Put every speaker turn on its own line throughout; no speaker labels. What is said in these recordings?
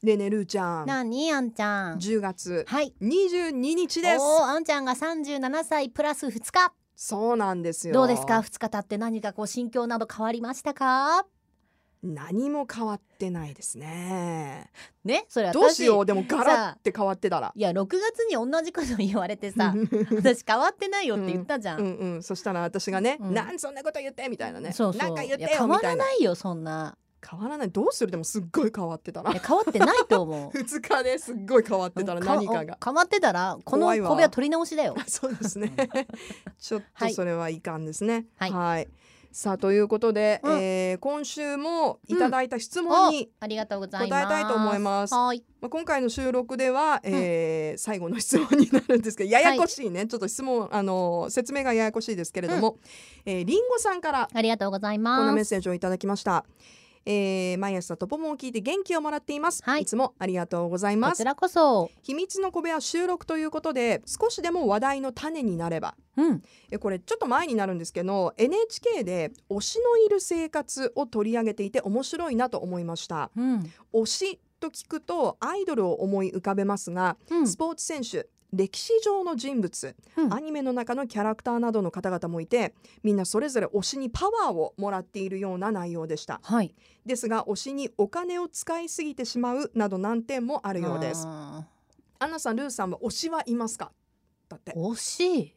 ねえねえるーちゃん
なにあんちゃん
10月
はい
22日です
おーあんちゃんが37歳プラス2日
そうなんですよ
どうですか2日経って何かこう心境など変わりましたか
何も変わってないですね
ねそれ私
どうしようでもガラって変わってたら
いや6月に同じこと言われてさ
う
私変わってないよって言ったじゃん、
ん うんそしたら私がね、
うん
なんそんなこと言ってみたいなね
そうそう
なんか言って
いや
よ
変
み
わ
た
ら
いな
ないよそんな
変わらないどうするでもすっごい変わってた ら
いや変わってない と思う
2日ですっごい変わってたら何かが
変わってたらこの
怖
小
い
部
わ
屋取り直しだよ
そうですね ちょっとそれはいかんですね
はい
さあということで、
うん
えー今週もいただいた質問に、
ありがとうございます
答えたいと思います
はい
まあ、今回の収録では、えー最後の質問になるんですけどややこしいね、ちょっと質問あのー説明がややこしいですけれども、えーりんごさんから
ありがとうござい
このメ
ま
ッ
す
セージをいただきました、えー毎朝トポモを聞いて元気をもらっています、
はい
いつもありがとうござい
こ
ま
ち
す
らこそ
秘密の小部屋収録ということで少しでも話題の種になれば
うん
えこれちょっと前になるんですけど NHK で推しのいる生活を取り上げていて面白いなと思いました
うん
推しと聞くとアイドルを思い浮かべますが
うん
スポーツ選手歴史上の人物、
うん
アニメの中のキャラクターなどの方々もいてみんなそれぞれ推しにパワーをもらっているような内容でした
はい
ですが推しにお金を使いすぎてしまうなど難点もあるようです
あ
アンナさんルーさんは推しはいますかだって
ー惜しい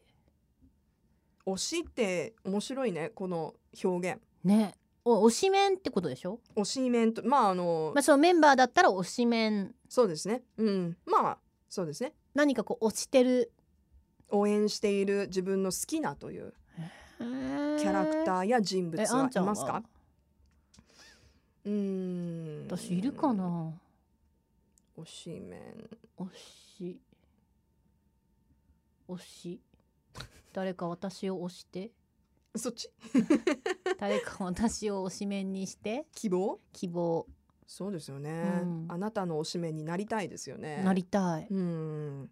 推しって面白いねこの表現
ねお推しメンってことでしょ、
推しメンとまああの、
まあ、そのメンバーだったら推しメン
そうですねうんまあそうですね
何かこう推してる
応援している自分の好きなというキ
キ
ャ
ャ
ラクターや人物
えあ
は
んち
い
ゃん
ます
は
かうーん
私いるかな
推しメン
推し推し誰か私を推して
そっち
誰か私を推しメンにして
希望
希望
そうですよね、
うん
あなたの推しメンになりたいですよね
なりたい、
うん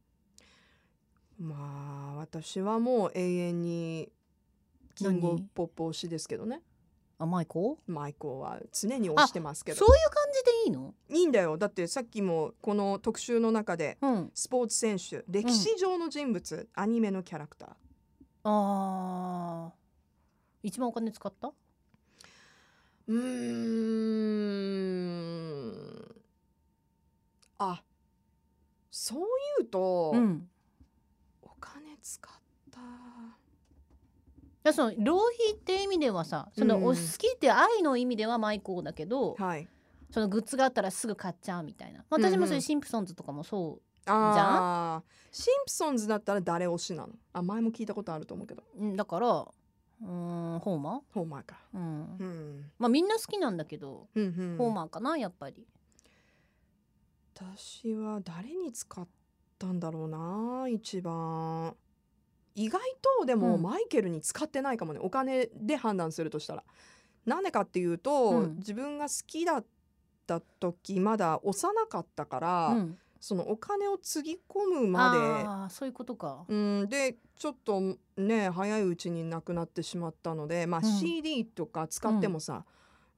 まあ私はもう永遠にキングオブポップ推しですけどね
甘い子
マイコは常に推してます
そうい
け
う
ど
感じでいいの
いいんだよだってさっきもこの特集の中で
うん
スポーツ選手歴史上の人物、アニメのキャラクター
あー一番お金使った
うーんあそういうと、
うん
お金使った
いやその浪費って意味ではさその
うん
お好きって愛の意味ではマイコーだけど、
はい
そのグッズがあったらすぐ買っちゃうみたいな私もそ
んう
うれ
ん
シンプソンズとかもそ
あーシンプソンズだったら誰推しなのあ前も聞いたことあると思うけど
う、うん、だからうーんホーマー、
ホーマーか、
うん
うん、
まあみんな好きなんだけど、
うんうん
ホーマーかなやっぱり
私は誰に使ったんだろうな一番意外とでも
うん
マイケルに使ってないかもね、お金で判断するとしたらなんでかっていうと、
うん
自分が好きだった時まだ幼かったから、
うん、
そのお金をつぎ込むま
ああそういうことか
で、うん、でちょっとね早いうちに亡くなってしまったので、まあ、
うん
CD とか使ってもさ、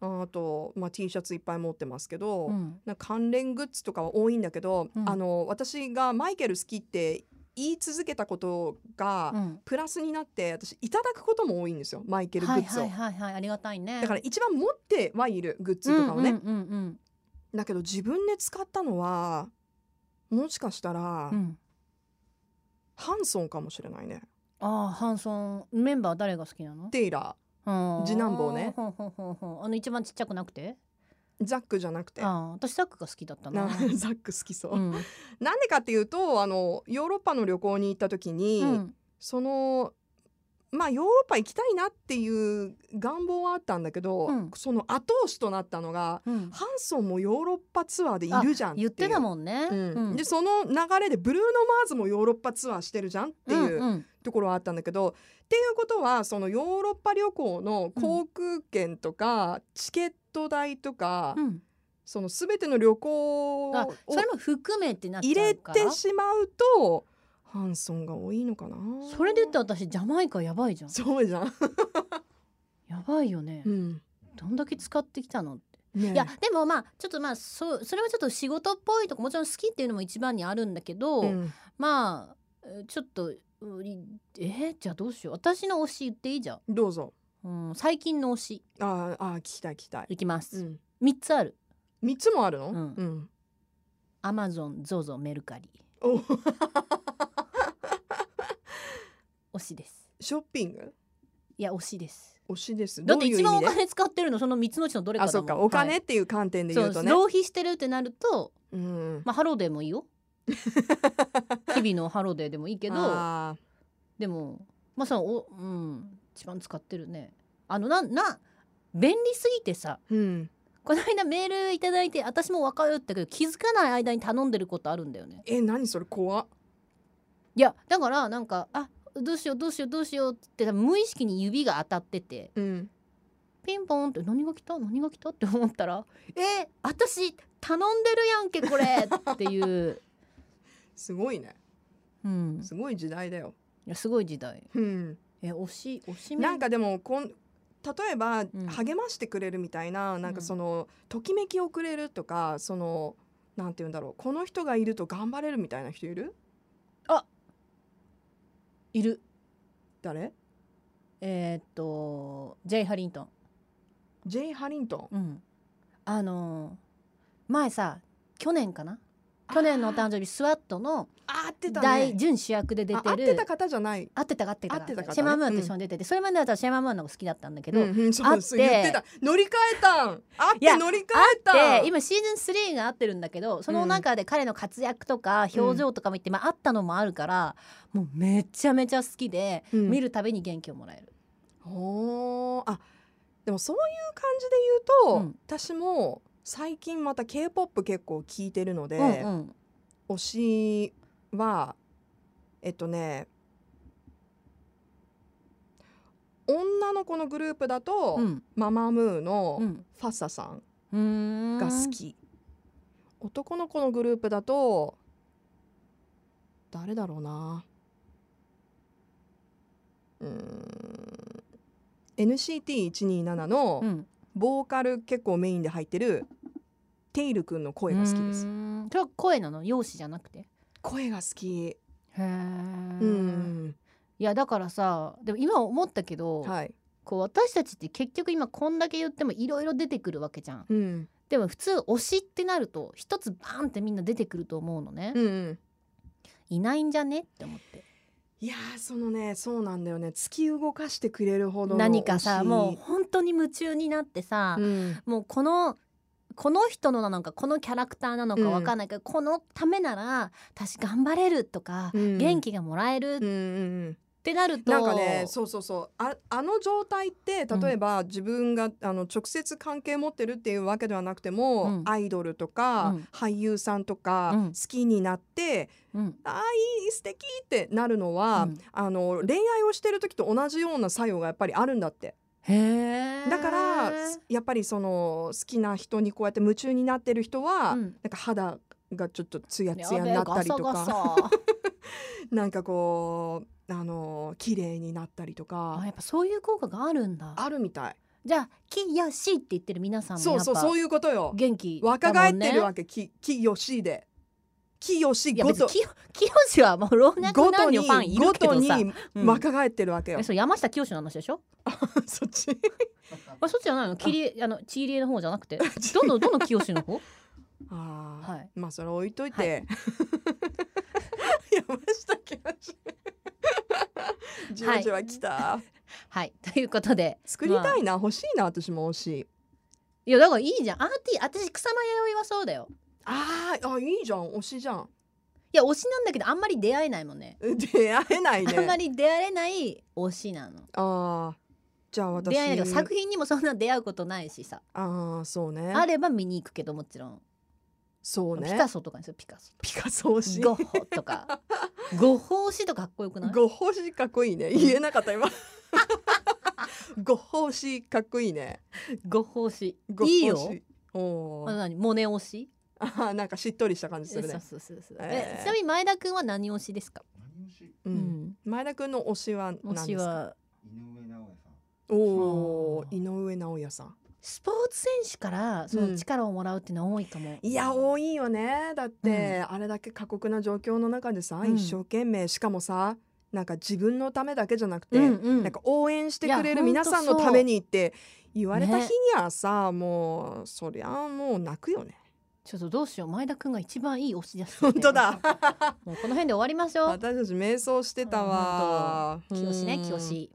あと、まあ、T シャツいっぱい持ってますけど、
うん
なんか関連グッズとかは多いんだけど、
うん
あの私がマイケル好きって言い続けたことが、
うん
プラスになって私いただくことも多いんですよマイケルグ
はい
ッズを、
はいはいはいありがたいね
だからら一番持ってはいるグッズとかをね、
うんうん
だけど自分で使ったのはもしかしたら、
うんうん、うん、
ハンソンかもしれないね
ああハンソンメンバー誰が好きなの
テイラ
うん
次男坊ね
ほんほんほんほんあの一番ちっちゃくなくて
ーザックじゃなくて
ああ私ザックが好きだった
な
な
ザック好きそう、
うん
なんでかっていうとあのヨーロッパの旅行に行った時に、
うん
そのまあヨーロッパ行きたいなっていう願望はあったんだけど、
うん
その後押しとなったのが
うん
ハンソンもヨーロッパツアーでいるじゃん
言ってた
ん。
もんね、
うん
うん
でその流れでブルーノ・マーズもヨーロッパツアーしてるじゃんっていうん
ん
ところはあったんだけど、っていうことはそのヨーロッパ旅行の航空券とかチケット代とか、
うん
その全ての旅行
あ
を
それも含めてなっ
入
ちゃ
れ
うから
てしまうとハンソンが多いのかな
それで言ったら私ジャマイカやばいじゃん
そうじゃん、
やばいよね、
うん
どんだけ使ってきたのって
ね
いやでもまあちょっとまあそうそれはちょっと仕事っぽいとかもちろん好きっていうのも一番にあるんだけど、
うん
まあえーちょっとうりえーじゃあどうしよう私の推し言っていいじゃん、
どうぞ
うん、最近の推し
あーあー聞きたい聞きたい、
いきま
う
す、
ん、
三3つある
3つもあるの、
う
うんん
アマゾンゾゾメルカリ
お
推しです
ショッピング
いや推しです
推しです
だって
どういう
一
意
番お
味で
金使ってるのその3つのうちのどれか
あ
だ
そ
も
うんかお
は
金
い
っていう観点で
そ
言う
う
とね、
浪費してるってなると、
うん
まあ、ハローデーもいいよ日々のハローデーでもいい けど
あ
でもまあさおうん一番使ってるねあのなな便利すぎてさ
ーうん
この間メールいただいて私も分かるって言ったけど気づかない間に頼んでることあるんだよね
え何それ怖っ
いやだからなんかあどうしようどうしようどうしようって無意識に指が当たってて
うん
ピンポンって何が来た何が来たって思ったらえ私頼んでるやんけこれっていう、
すごいね
うん、
すごい時代だよ、
いやすごい時代
うん、
え推し推しメン
なんかでもこん例えば
ん
励ましてくれるみたいな、なんかそのときめきをくれるとかそのなんて言うんだろうこの人がいると頑張れるみたいな人いる
いる
誰
えーっとジェイ・ハリントン
?J. ハリントン
うん、あのー前さ去年かな去年のお誕生日スワットの
あ合ってた
大
ね
準主役で出
あ
て
合っ
る
てた方じゃない
合ってた合ってた
合ってた方ね
シェマムーンと一緒に出てて、それまでは私はシェマムーンの方が好きだったんだけど、
うんうん、そうそう
会
言
っ
っててた乗り換えたんあっ
いや
て乗り換えた
で今シーズン3が合ってるんだけどその中で彼の活躍とか表情とかも言って、まあ、あったのもあるからもうめちゃめちゃ好きで、
うん
見るたびに元気をもらえる。
おーあでもそういう感じで言うと、
うん
私も最近また k p o p 結構聞いてるので、
うんうん
推しはえっとね女の子のグループだと、
うん
ママムー
う
の
ん
ファッサさん
うーん
が好き、男の子のグループだと誰だろうなうーん NCT127 の
うん
ボーカル結構メインで入ってるテイルくんの声が好きです
うーんそれは声なの容姿じゃなくてへ
声が好き
え
うん
いやだからさでも今思ったけど、
はい
こう私たちって結局今こんだけ言ってもいろいろ出てくるわけじゃん
うん
でも普通推しってなると一つバーンってみんな出てくると思うのね、
うんうん
いないんじゃねって思って
いやーそのねそうなんだよね突き動かしてくれるほどの
何かさ
推し
もう本当に夢中になってさ、
うん
もうこのこの人のなのかこのキャラクターなのか
うん
わかんないけど、このためなら私頑張れるとか、
うん
元気がもらえる
うん
っ
うんうん
てなると、
なんかねそうそうそうああの状態って例えば、自分があの直接関係持ってるっていうわけではなくても、
うん
アイドルとか、
うん
俳優さんとか、
うん
好きになって
うん
あーいい素敵ってなるのは、
うん
あの恋愛をしてる時と同じような作用がやっぱりあるんだって
へえ
だからやっぱりその好きな人にこうやって夢中になってる人は、
うん
なんか肌がちょっとツヤ
や
ツヤになったりと
べえガ
か
サ ガサ
なんかこうあの綺麗になったりと
あ
か
やっぱそういう効果があるんだ
あるみたい。
じゃあ「きよし」って言ってる皆さんも
そう
やっ
そうそう
ぱ
いうことよ。
元気だもんね
若返ってるわけ、ききよしで。きよし
いや
ご
別
と
にきよきよしはもう老若
ごと
男
に
女ファンいるけどさ
ごとに
うん
若返ってるわけよ
え。そう山下清の話でしょ
そっち。
あそっちじゃないの切りあのちりえの方じゃなくてどのどの清の方
あ あ、
はい
まあそれ置いとい
はい
て。 山下きよし。じわじわき た。
はいということで
作りたいな、欲しいな、私も欲しい。
いやだからいいじゃんアーティ私草間弥生はそうだよ
あーあ、いいじゃん、推しじゃん。
いや推しなんだけどあんまり出会えないもんね
出会えないね。
あんまり出会えない推しなの
ああ、じゃあ私。
出会えないけど作品にもそんな出会うことないしさ
ああ、そうね。
あれば見に行くけどもちろん、
そうね。
ピカソとかにするピカソ
ピカソ推し。
ゴッホと かゴッホ推しとかかっこよくない
ご奉仕かっこいいね言えなかった今 ご奉仕かっこいいね
ゴッホ推し
ご奉仕
いいよ
お
あ
ー
何モネ推し
あーなんかしっとりした感じする
そう
ね
そうそうそう
え
え
ー
ちなみに前田くんは何推しですか、
う
うんん、
前田くんの推しは何
推し
ですか
は
井上尚弥さ
お
ん
お
はあ
井上直弥さん
スポーツ選手からその力をもらうっていうのは多いかも、
いや多いよねだって、あれだけ過酷な状況の中でさ、
うん
一生懸命しかもさなんか自分のためだけじゃなくて、
うんうん
なんか応援してくれ
い
る
や
皆さんの
ほんとそ
た
う
めにって言われた
ね
日にはさ、もうそりゃもう泣くよね。
ちょっとどうしよう前田くんが一番いい押し出し
本当 だ
もうこの辺で終わりましょう
私たち瞑想してたわ。
清しね清し